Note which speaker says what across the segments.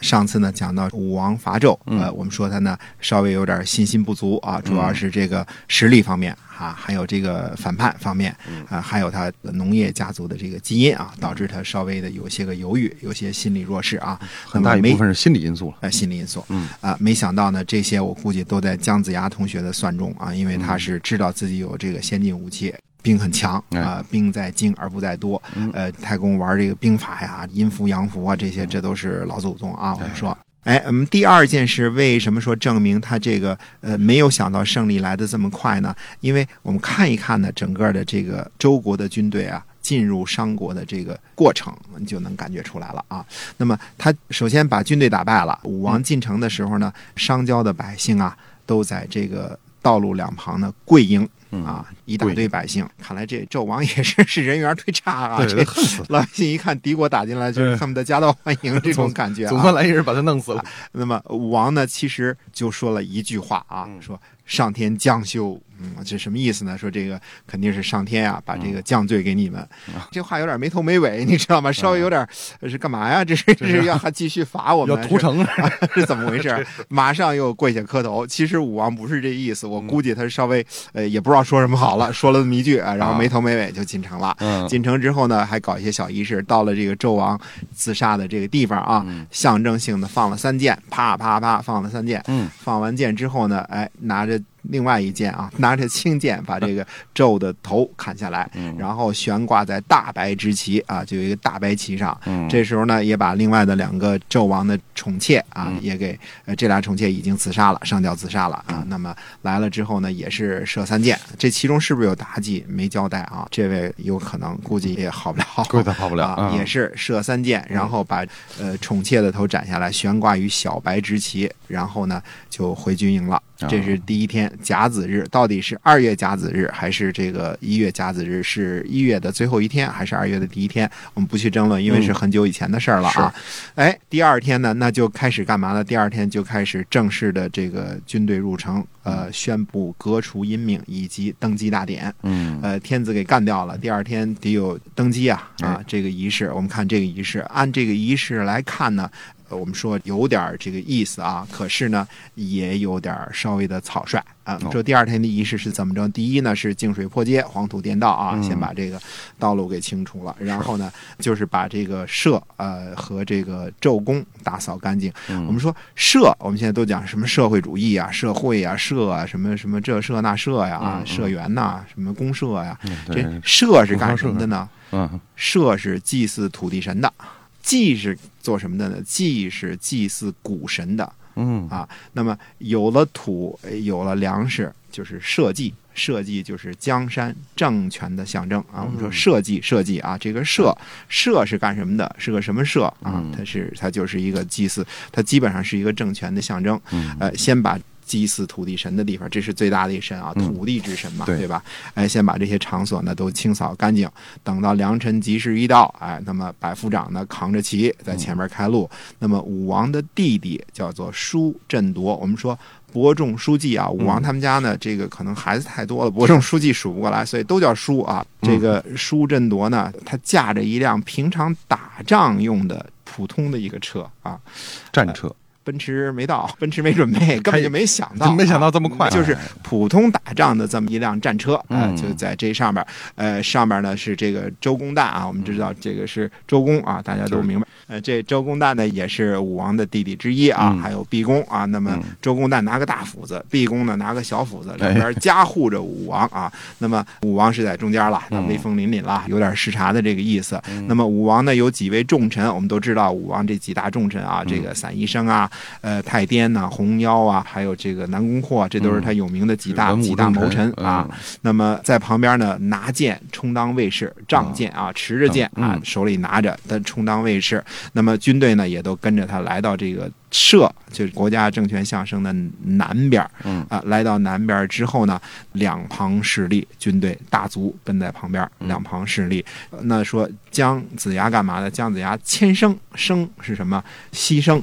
Speaker 1: 上次呢讲到武王伐纣，呃，我们说他呢稍微有点信心不足啊，主要是这个实力方面啊，还有这个反叛方面啊，还有他农业家族的这个基因啊，导致他稍微的有些个犹豫，有些心理弱势啊。那
Speaker 2: 很
Speaker 1: 么
Speaker 2: 大一
Speaker 1: 没
Speaker 2: 部分是心理因素了。
Speaker 1: 呃心理因素。嗯啊，没想到呢，这些我估计都在姜子牙同学的算中啊，因为他是知道自己有这个先进武器。兵很强
Speaker 2: 嗯哎嗯
Speaker 1: 啊、兵在精而不在多。呃，太公玩这个兵法呀，阴符阳符啊，这些这都是老祖宗啊。我们说，哎，我、们第二件事，为什么说证明他这个呃没有想到胜利来的这么快呢？因为我们看一看呢，整个的这个周国的军队啊，进入商国的这个过程，你就能感觉出来了啊。那么他首先把军队打败了，武王进城的时候呢，商郊的百姓啊，都在这个道路两旁呢跪迎。
Speaker 2: 嗯
Speaker 1: 啊，一大堆百姓，看来这纣王也是 是人缘忒差啊！这
Speaker 2: 恨死了，
Speaker 1: 老百姓一看敌国打进来，就是
Speaker 2: 对
Speaker 1: 恨不得夹道欢迎这种感觉、啊。啊
Speaker 2: 总算来一人把他弄死了。
Speaker 1: 那么武王呢，其实就说了一句话啊，
Speaker 2: 嗯
Speaker 1: 说上天降修，嗯，这什么意思呢？说这个肯定是上天啊，把这个降罪给你们。这话有点没头没尾，你知道吗？稍微有点、呃是干嘛呀？这是这是要还继续罚我们？
Speaker 2: 要屠城，
Speaker 1: 啊，是怎么回事？马上又跪下磕头。其实武王不是这意思，我估计他稍微呃也不知道说什么好了，说了这么一句啊，然后没头没尾就进城了。
Speaker 2: 嗯
Speaker 1: 进城之后呢，还搞一些小仪式，到了这个纣王自杀的这个地方啊，象征性的放了三箭，啪啪啪放了三箭。
Speaker 2: 嗯，
Speaker 1: 放完箭之后呢，哎，拿着另外一箭啊， 拿着青箭把这个纣的头砍下来，
Speaker 2: 嗯
Speaker 1: 然后悬挂在大白之旗啊，就有一个大白旗上。
Speaker 2: 嗯
Speaker 1: 这时候呢，也把另外的两个纣王的宠妾啊，也给呃这俩宠妾已经自杀了，上吊自杀了啊。那么来了之后呢，也是射三箭，这其中是不是有妲己没交代啊？这位有可能 估计也好不了，
Speaker 2: 跪他跑不了嗯
Speaker 1: 啊，也是射三箭，然后把呃宠妾的头斩下来，悬挂于小白之旗，然后呢就回军营了。
Speaker 2: 啊
Speaker 1: 这是第一天甲子日，到底是二月甲子日还是这个一月甲子日？是一月的最后一天还是二月的第一天？我们不去争论，因为
Speaker 2: 嗯
Speaker 1: 是很久以前的事儿了啊。哎，第二天呢，那就开始干嘛呢？第二天就开始正式的这个军队入城，呃，宣布革除阴命以及登基大典。
Speaker 2: 嗯，
Speaker 1: 呃，天子给干掉了，第二天得有登基啊
Speaker 2: 哎
Speaker 1: 啊，这个仪式，我们看这个仪式，按这个仪式来看呢。呃我们说有点儿这个意思啊，可是呢，也有点儿稍微的草率啊。
Speaker 2: 哦
Speaker 1: 这第二天的仪式是怎么着？第一呢是净水破街、黄土垫道啊，先把这个道路给清除了，然后呢就是把这个社呃和这个纣宫打扫干净。
Speaker 2: 嗯
Speaker 1: 嗯我们说社，我们现在都讲什么社会主义啊、社会啊、社啊、什么什么这社那社呀、啊、社员呐、什么公社呀、
Speaker 2: 对
Speaker 1: 这社是干什么的呢？
Speaker 2: 嗯，
Speaker 1: 社是祭祀土地神的，祭是做什么的呢？祭是祭祀谷神的。
Speaker 2: 嗯
Speaker 1: 啊，那么有了土，呃有了粮食，就是社稷。社稷就是江山政权的象征啊。我们说社稷，社稷啊，这个社社是干什么的？是个什么社啊？它是它就是一个祭祀，它基本上是一个政权的象征。
Speaker 2: 嗯
Speaker 1: 呃，先把。祭祀土地神的地方，这是最大的一神啊，土地之神嘛，
Speaker 2: 对
Speaker 1: 对吧？哎，先把这些场所呢都清扫干净，等到良辰吉时一到，哎，那么百夫长呢扛着旗在前面开路，那么武王的弟弟叫做叔振铎，我们说伯仲叔季啊，武王他们家呢，这个可能孩子太多了， 伯仲叔季数不过来，所以都叫叔啊。这个叔振铎呢，他驾着一辆平常打仗用的普通的一个车啊，
Speaker 3: 战车，
Speaker 1: 奔驰没到， 奔驰没准备，根本就没想到啊、
Speaker 3: 没想到这么快哎
Speaker 1: 就是普通打仗的这么一辆战车啊、
Speaker 2: 嗯
Speaker 1: 就在这上边，呃，上边呢是这个周公旦啊，我们知
Speaker 3: 嗯
Speaker 1: 道这个是周公啊，大家都明白。呃，这周公旦呢也是武王的弟弟之一啊，
Speaker 2: 嗯
Speaker 1: 还有毕公啊。那
Speaker 3: 嗯
Speaker 1: 么周公旦拿个大斧子，毕公呢拿个小斧
Speaker 3: 哎
Speaker 1: 子，两边夹护着武王啊。那么武王是在中间了，那
Speaker 3: 嗯
Speaker 1: 威风凛凛了，有点视察的这个意
Speaker 3: 嗯
Speaker 1: 思。那么武王呢有几位重臣，我们都知道武王这几大重臣啊，这个散宜生啊，呃太颠呐、红腰啊，还有这个南宫阔，这都是他有名的几大、
Speaker 2: 文武
Speaker 1: 几大
Speaker 2: 重
Speaker 1: 谋
Speaker 2: 臣
Speaker 1: 臣啊。那么在旁边呢，拿剑充当卫士，仗剑啊，持着剑啊，
Speaker 2: 嗯
Speaker 1: 手里拿着，但充当卫士。那么军队呢，也都跟着他来到这个社，就是国家政权象征的南边儿
Speaker 2: 嗯
Speaker 1: 啊。来到南边儿之后呢，两旁势力，军队大族跟在旁边儿，
Speaker 2: 嗯
Speaker 1: 两旁势力。呃那说姜子牙干嘛呢？姜子牙牵生，生是什么？牺牲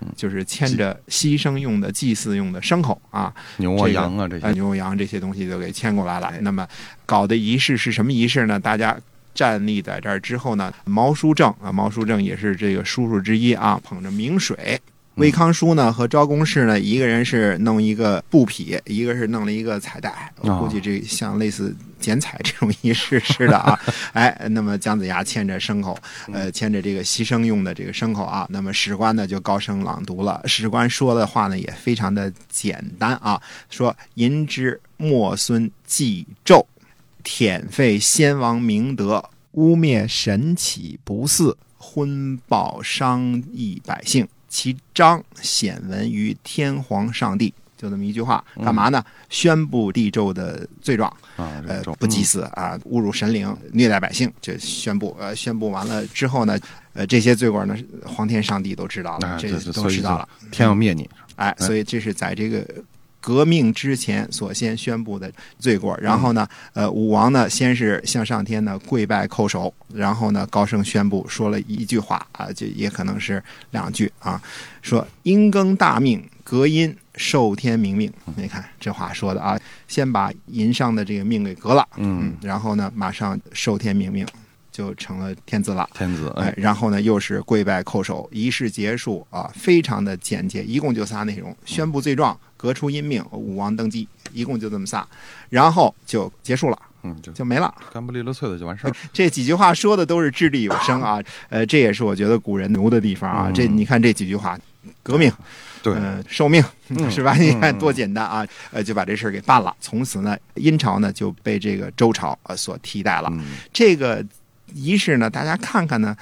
Speaker 2: 嗯。
Speaker 1: 就是牵着牺牲用的、祭祀用的牲口啊，
Speaker 2: 牛
Speaker 1: 这
Speaker 2: 啊
Speaker 1: 个
Speaker 2: 羊啊这
Speaker 1: 呃，
Speaker 2: 些，
Speaker 1: 牛羊这些东西都给牵过来了。那么搞的仪式是什么仪式呢？大家。站立在这儿之后呢，毛书正啊，毛书正也是这个叔叔之一啊，捧着明水。
Speaker 2: 嗯
Speaker 1: 魏康叔呢和昭公氏呢，一个人是弄一个布匹，一个是弄了一个彩带，我
Speaker 2: 哦
Speaker 1: 估计这像类似剪彩这种仪式似的 啊。哎，那么姜子牙牵着牲口，
Speaker 2: 嗯
Speaker 1: 呃，牵着这个牺牲用的这个牲口啊，那么史官呢就高声朗读了，史官说的话呢也非常的简单啊，说银之莫孙祭纣，舔废先王明德，污蔑神启不嗣，昏暴商议百姓，其章显闻于天皇上帝。就这么一句话，
Speaker 2: 嗯
Speaker 1: 干嘛呢？宣布帝纣的罪状，
Speaker 2: 啊，
Speaker 1: 呃
Speaker 2: 这种，
Speaker 1: 不祭祀啊，侮辱神灵，虐待百姓，这宣布。呃，宣布完了之后呢，呃，这些罪过呢，皇天上帝都知道了，
Speaker 2: 啊
Speaker 1: 这
Speaker 2: 对对
Speaker 1: 都
Speaker 2: 所以
Speaker 1: 知道
Speaker 2: 就
Speaker 1: 了。
Speaker 2: 天要灭你，
Speaker 1: 哎，所以这是在这个革命之前所先宣布的罪过。然后呢，呃，武王呢先是向上天呢跪拜叩首，然后呢高声宣布说了一句话啊，这也可能是两句啊，说因更大命，隔音。受天明命，你看这话说的啊，先把银上的这个命给革了，
Speaker 2: 嗯，
Speaker 1: 然后呢，马上受天明命，就成了天子了。
Speaker 2: 天子，
Speaker 1: 哎
Speaker 2: 哎，，
Speaker 1: 然后呢，又是跪拜叩首，仪式结束啊，非常的简洁，一共就仨内容：宣布罪状、革除阴命、武王登基，一共就这么仨，然后就结束了，
Speaker 2: 嗯，就
Speaker 1: 就没了。
Speaker 2: 干不利落脆的就完事儿，
Speaker 1: 这几句话说的都是掷地有声啊，呃，这也是我觉得古人牛的地方啊。这你看这几句话，革命，
Speaker 2: 嗯对，嗯
Speaker 1: 呃，受命是吧？你看多简单啊，呃，就把这事儿给办了。从此呢，殷朝呢就被这个周朝呃所替代了。
Speaker 2: 嗯，
Speaker 1: 这个仪式呢，大家看看呢，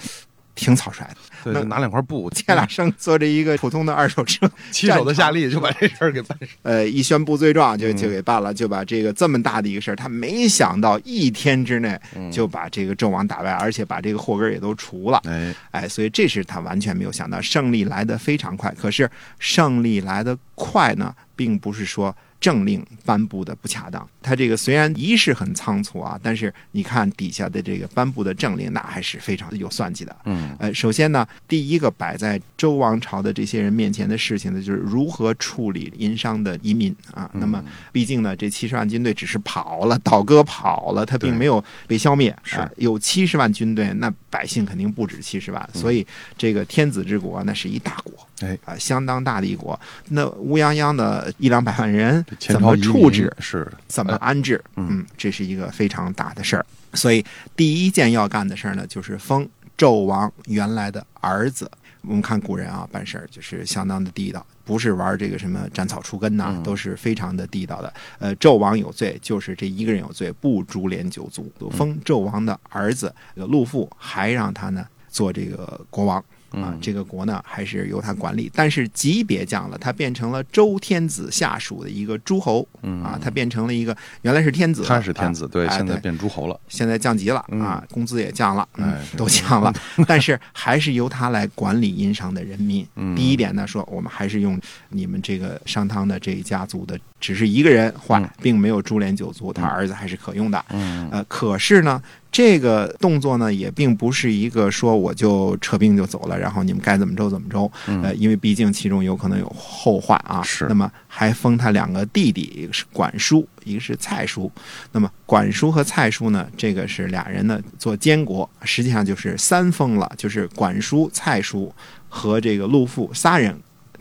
Speaker 1: 挺草率的。
Speaker 2: 对，
Speaker 1: 那
Speaker 2: 就拿两块布，嗯
Speaker 1: 这俩生坐着一个普通的二手车，
Speaker 2: 七手的下力就把这事儿给办事。
Speaker 1: 呃，一宣布罪状就就给办了，就把这个这么大的一个事儿，他没想到一天之内就把这个纣王打败，而且把这个祸根也都除了，
Speaker 2: 哎，
Speaker 1: 哎，所以这是他完全没有想到，胜利来得非常快。可是胜利来得快呢，并不是说。政令颁布的不恰当，他这个虽然仪式很仓促啊，但是你看底下的这个颁布的政令，那还是非常有算计的。
Speaker 2: 嗯，
Speaker 1: 呃，首先呢，第一个摆在周王朝的这些人面前的事情呢，就是如何处理殷商的移民啊。那
Speaker 2: 嗯
Speaker 1: 么，毕竟呢，这七十万军队只是跑了，倒戈跑了，他并
Speaker 2: 对
Speaker 1: 没有被消灭。
Speaker 2: 是
Speaker 1: 啊有七十万军队，那百姓肯定不止七十万，所以这个天子之国那是一大国。
Speaker 2: 嗯哎
Speaker 1: 啊，相当大的一国，那乌泱泱的一两百万人
Speaker 2: 这前
Speaker 1: 怎
Speaker 2: 朝
Speaker 1: 么
Speaker 2: 移民
Speaker 1: 处置？
Speaker 2: 是
Speaker 1: 怎么安置，
Speaker 2: 嗯
Speaker 1: 嗯，这是一个非常大的事儿。所以第一件要干的事儿呢，就是封纣王原来的儿子。我们看古人啊，办事儿就是相当的地道，不是玩这个什么斩草除根呐、
Speaker 2: 嗯
Speaker 1: 都是非常的地道的。呃，纣王有罪，就是这一个人有罪，不株连九族。封纣王的儿子这个陆父，还让他呢做这个国王。
Speaker 2: 嗯
Speaker 1: 啊，这个国呢还是由他管理，但是级别降了，他变成了周天子下属的一个诸侯，啊，他变成了一个原来是天子，
Speaker 2: 嗯他是天子，
Speaker 1: 啊
Speaker 2: 对，
Speaker 1: 哎
Speaker 2: 现在变诸侯了，
Speaker 1: 现在降级了、
Speaker 2: 嗯
Speaker 1: 啊，工资也降了，嗯
Speaker 2: 哎是
Speaker 1: 都降 了，但是还是由他来管理殷商的人民。
Speaker 2: 嗯
Speaker 1: 第一点呢，说我们还是用你们这个商汤的这一家族的，只是一个人坏，
Speaker 2: 嗯
Speaker 1: 并没有株连九族，他儿子还是可用的。
Speaker 2: 嗯，
Speaker 1: 呃，可是呢，这个动作呢，也并不是一个说我就撤兵就走了，然后你们该怎么着怎么着。呃，因为毕竟其中有可能有后患啊。
Speaker 2: 是
Speaker 1: 那么还封他两个弟弟，一个是管叔，一个是蔡叔。那么管叔和蔡叔呢，这个是俩人呢做监国，实际上就是三封了，就是管叔、蔡叔和这个陆父仨人。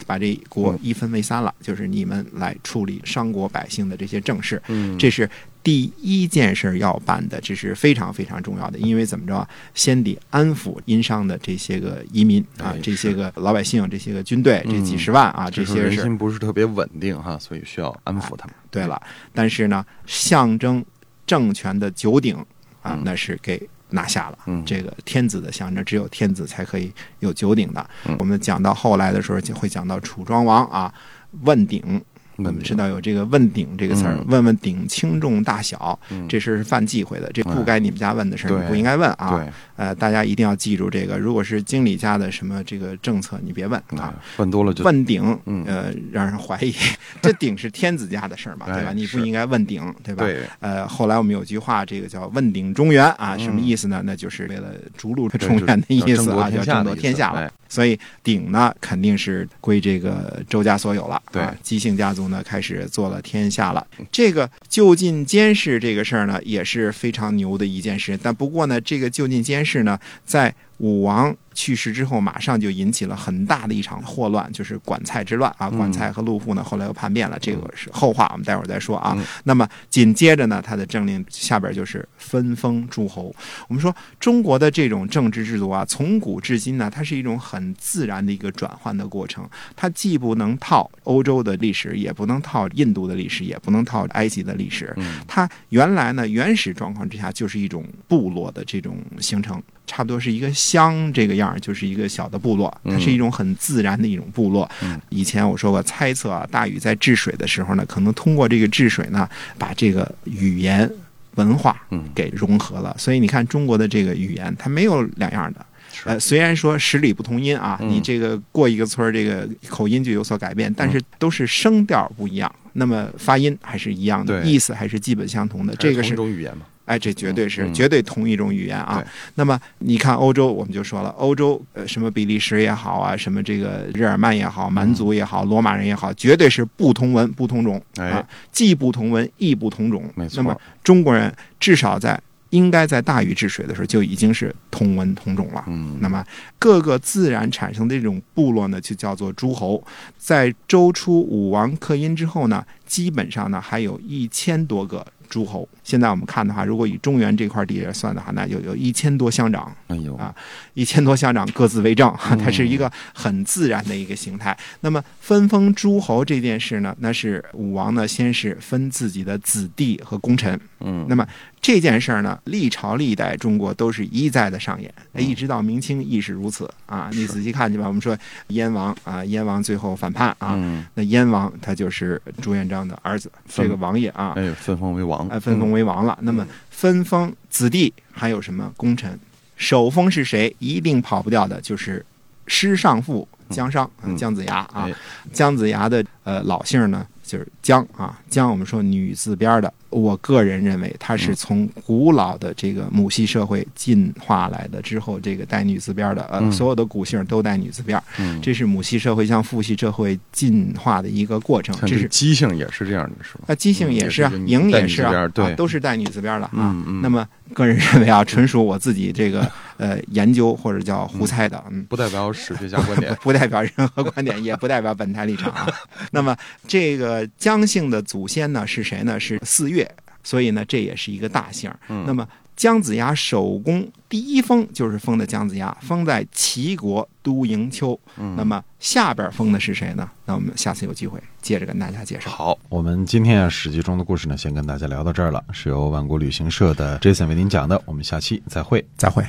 Speaker 1: 把这国一分为三了，就是你们来处理商国百姓的这些政事，
Speaker 2: 嗯
Speaker 1: 这是第一件事儿要办的，这是非常非常重要的，因为怎么着啊，先得安抚殷商的这些个移民啊
Speaker 2: 哎，
Speaker 1: 这些
Speaker 2: 是
Speaker 1: 个老百姓，这些个军队，这
Speaker 2: 嗯
Speaker 1: 几十万啊，这
Speaker 2: 这时候
Speaker 1: 些
Speaker 2: 人
Speaker 1: 是
Speaker 2: 心不是特别稳定哈，所以需要安抚他们。
Speaker 1: 对了。但是呢，象征政权的九鼎啊
Speaker 2: 嗯，
Speaker 1: 那是给拿下了。
Speaker 2: 嗯
Speaker 1: 这个天子的象征，只有天子才可以有九鼎的。
Speaker 2: 嗯
Speaker 1: 我们讲到后来的时候，就会讲到楚庄王啊，问鼎。
Speaker 2: 问鼎
Speaker 1: 我们知道有这个“问鼎”这个词儿，
Speaker 2: 嗯
Speaker 1: 问问鼎轻重大小，嗯这事儿是犯忌讳的，这不该你们家问的事儿，
Speaker 2: 嗯对
Speaker 1: 你不应该问啊。
Speaker 2: 对，
Speaker 1: 呃，大家一定要记住这个，如果是经理家的什么这个政策，你别问啊
Speaker 2: 哎。问多了就
Speaker 1: 问鼎，
Speaker 2: 嗯
Speaker 1: 呃，让人怀疑， 这鼎是天子家的事儿嘛，对吧？
Speaker 2: 哎
Speaker 1: 你不
Speaker 2: 是
Speaker 1: 应该问鼎，对吧？
Speaker 2: 对，
Speaker 1: 呃，后来我们有句话，这个叫“问鼎中原”啊，什
Speaker 2: 嗯
Speaker 1: 么意思呢？那就是为了逐鹿中原的意思啊，
Speaker 2: 就
Speaker 1: 叫
Speaker 2: 是争
Speaker 1: 争夺
Speaker 2: 夺天
Speaker 1: 天下
Speaker 2: 下的意思哎
Speaker 1: 了。所以鼎呢，肯定是归这个周家所有了。
Speaker 2: 对
Speaker 1: 啊，姬姓家族呢开始做了天下了。这个就近监视这个事儿呢，也是非常牛的一件事。但不过呢，这个就近监视呢，在武王去世之后，马上就引起了很大的一场祸乱，就是管蔡之乱啊。管蔡和陆户呢，后来又叛变了，这个是后话，我们待会儿再说啊。那么紧接着呢，他的政令下边就是分封诸侯。我们说中国的这种政治制度啊，从古至今呢，它是一种很自然的一个转换的过程。它既不能套欧洲的历史，也不能套印度的历史，也不能套埃及的历史。
Speaker 2: 嗯
Speaker 1: 它原来呢，原始状况之下就是一种部落的这种形成，差不多是一个乡这个样儿，就是一个小的部落，它是一种很自然的一种部落。
Speaker 2: 嗯
Speaker 1: 以前我说过，猜测啊，大禹在治水的时候呢，可能通过这个治水呢，把这个语言文化
Speaker 2: 嗯
Speaker 1: 给融合了。所以你看，中国的这个语言它没有两样的。
Speaker 2: 是
Speaker 1: 呃，虽然说十里不同音啊，
Speaker 2: 嗯
Speaker 1: 你这个过一个村儿，这个口音就有所改变，但是都是声调不一样，那么发音还是一样的，
Speaker 2: 对
Speaker 1: 意思还是基本相同的。这个
Speaker 2: 还
Speaker 1: 是
Speaker 2: 同一种语言嘛，
Speaker 1: 哎，这绝对是、
Speaker 2: 嗯嗯
Speaker 1: 绝对同一种语言啊
Speaker 2: 对。
Speaker 1: 那么你看欧洲，我们就说了，欧洲呃什么比利时也好啊，什么这个日耳曼也好，蛮族也好，罗马人也好，绝对是不同文不同种、
Speaker 2: 哎
Speaker 1: 啊，既不同文亦不同种。
Speaker 2: 没错
Speaker 1: 那么中国人至少在应该在大禹治水的时候就已经是同文同种了。
Speaker 2: 嗯，
Speaker 1: 那么各个自然产生的这种部落呢，就叫做诸侯。在周初武王克殷之后呢，基本上呢还有一千多个诸侯。现在我们看的话，如果以中原这块地来算的话，那有有一千多乡长，
Speaker 2: 哎呦，
Speaker 1: 啊一千多乡长各自为政，它是一个很自然的一个形态。那么分封诸侯这件事呢，那是武王呢先是分自己的子弟和功臣，
Speaker 2: 嗯，
Speaker 1: 那么这件事儿呢，历朝历代中国都是一再的上演，
Speaker 2: 嗯
Speaker 1: 哎，一直到明清亦是如此啊。你仔细看去吧。我们说燕王啊，燕王最后反叛啊，
Speaker 2: 嗯，
Speaker 1: 那燕王他就是朱元璋的儿子，
Speaker 2: 分
Speaker 1: 这个王爷啊，
Speaker 2: 哎呦，分封为王，
Speaker 1: 哎，分封为王了。那么
Speaker 2: 嗯
Speaker 1: 分封子弟还有什么功臣？首封是谁？一定跑不掉的就是师尚父姜尚，啊
Speaker 2: 嗯
Speaker 1: 姜子牙啊
Speaker 2: 哎。
Speaker 1: 姜子牙的呃老姓儿呢就是姜啊，姜我们说女字边儿的，我个人认为它是从古老的这个母系社会进化来的，之后这个带女字边儿的，呃，
Speaker 2: 嗯
Speaker 1: 所有的古姓儿都带女字边儿，
Speaker 2: 嗯，
Speaker 1: 这是母系社会向父系社会进化的一个过程，
Speaker 2: 像
Speaker 1: 这
Speaker 2: 这
Speaker 1: 是
Speaker 2: 姬姓也是这样的，是吧？
Speaker 1: 啊，姬姓
Speaker 2: 嗯
Speaker 1: 也
Speaker 2: 也
Speaker 1: 是啊
Speaker 2: 是一，个
Speaker 1: 嬴
Speaker 2: 带
Speaker 1: 也
Speaker 2: 女
Speaker 1: 是
Speaker 2: 字边
Speaker 1: 啊
Speaker 2: 儿，对
Speaker 1: 啊都是带女字边儿的啊
Speaker 2: 嗯嗯。
Speaker 1: 那么个人认为啊，纯属我自己这个呃研究或者叫胡猜的，嗯。，
Speaker 2: 不代表史学家观点
Speaker 1: 不代表任何观点，也不代表本台立场啊。那么这个姜姓的祖先呢是谁呢？是四岳，所以呢这也是一个大姓儿。
Speaker 2: 嗯
Speaker 1: 那么姜子牙首功第一封就是封的姜子牙，封在齐国都营丘。
Speaker 2: 嗯
Speaker 1: 那么下边封的是谁呢？那我们下次有机会接着跟大家介绍。
Speaker 2: 嗯好，
Speaker 3: 我们今天啊，《史记》中的故事呢，先跟大家聊到这儿了，是由万国旅行社的 Jason 为您讲的，我们下期再会。
Speaker 1: 再会。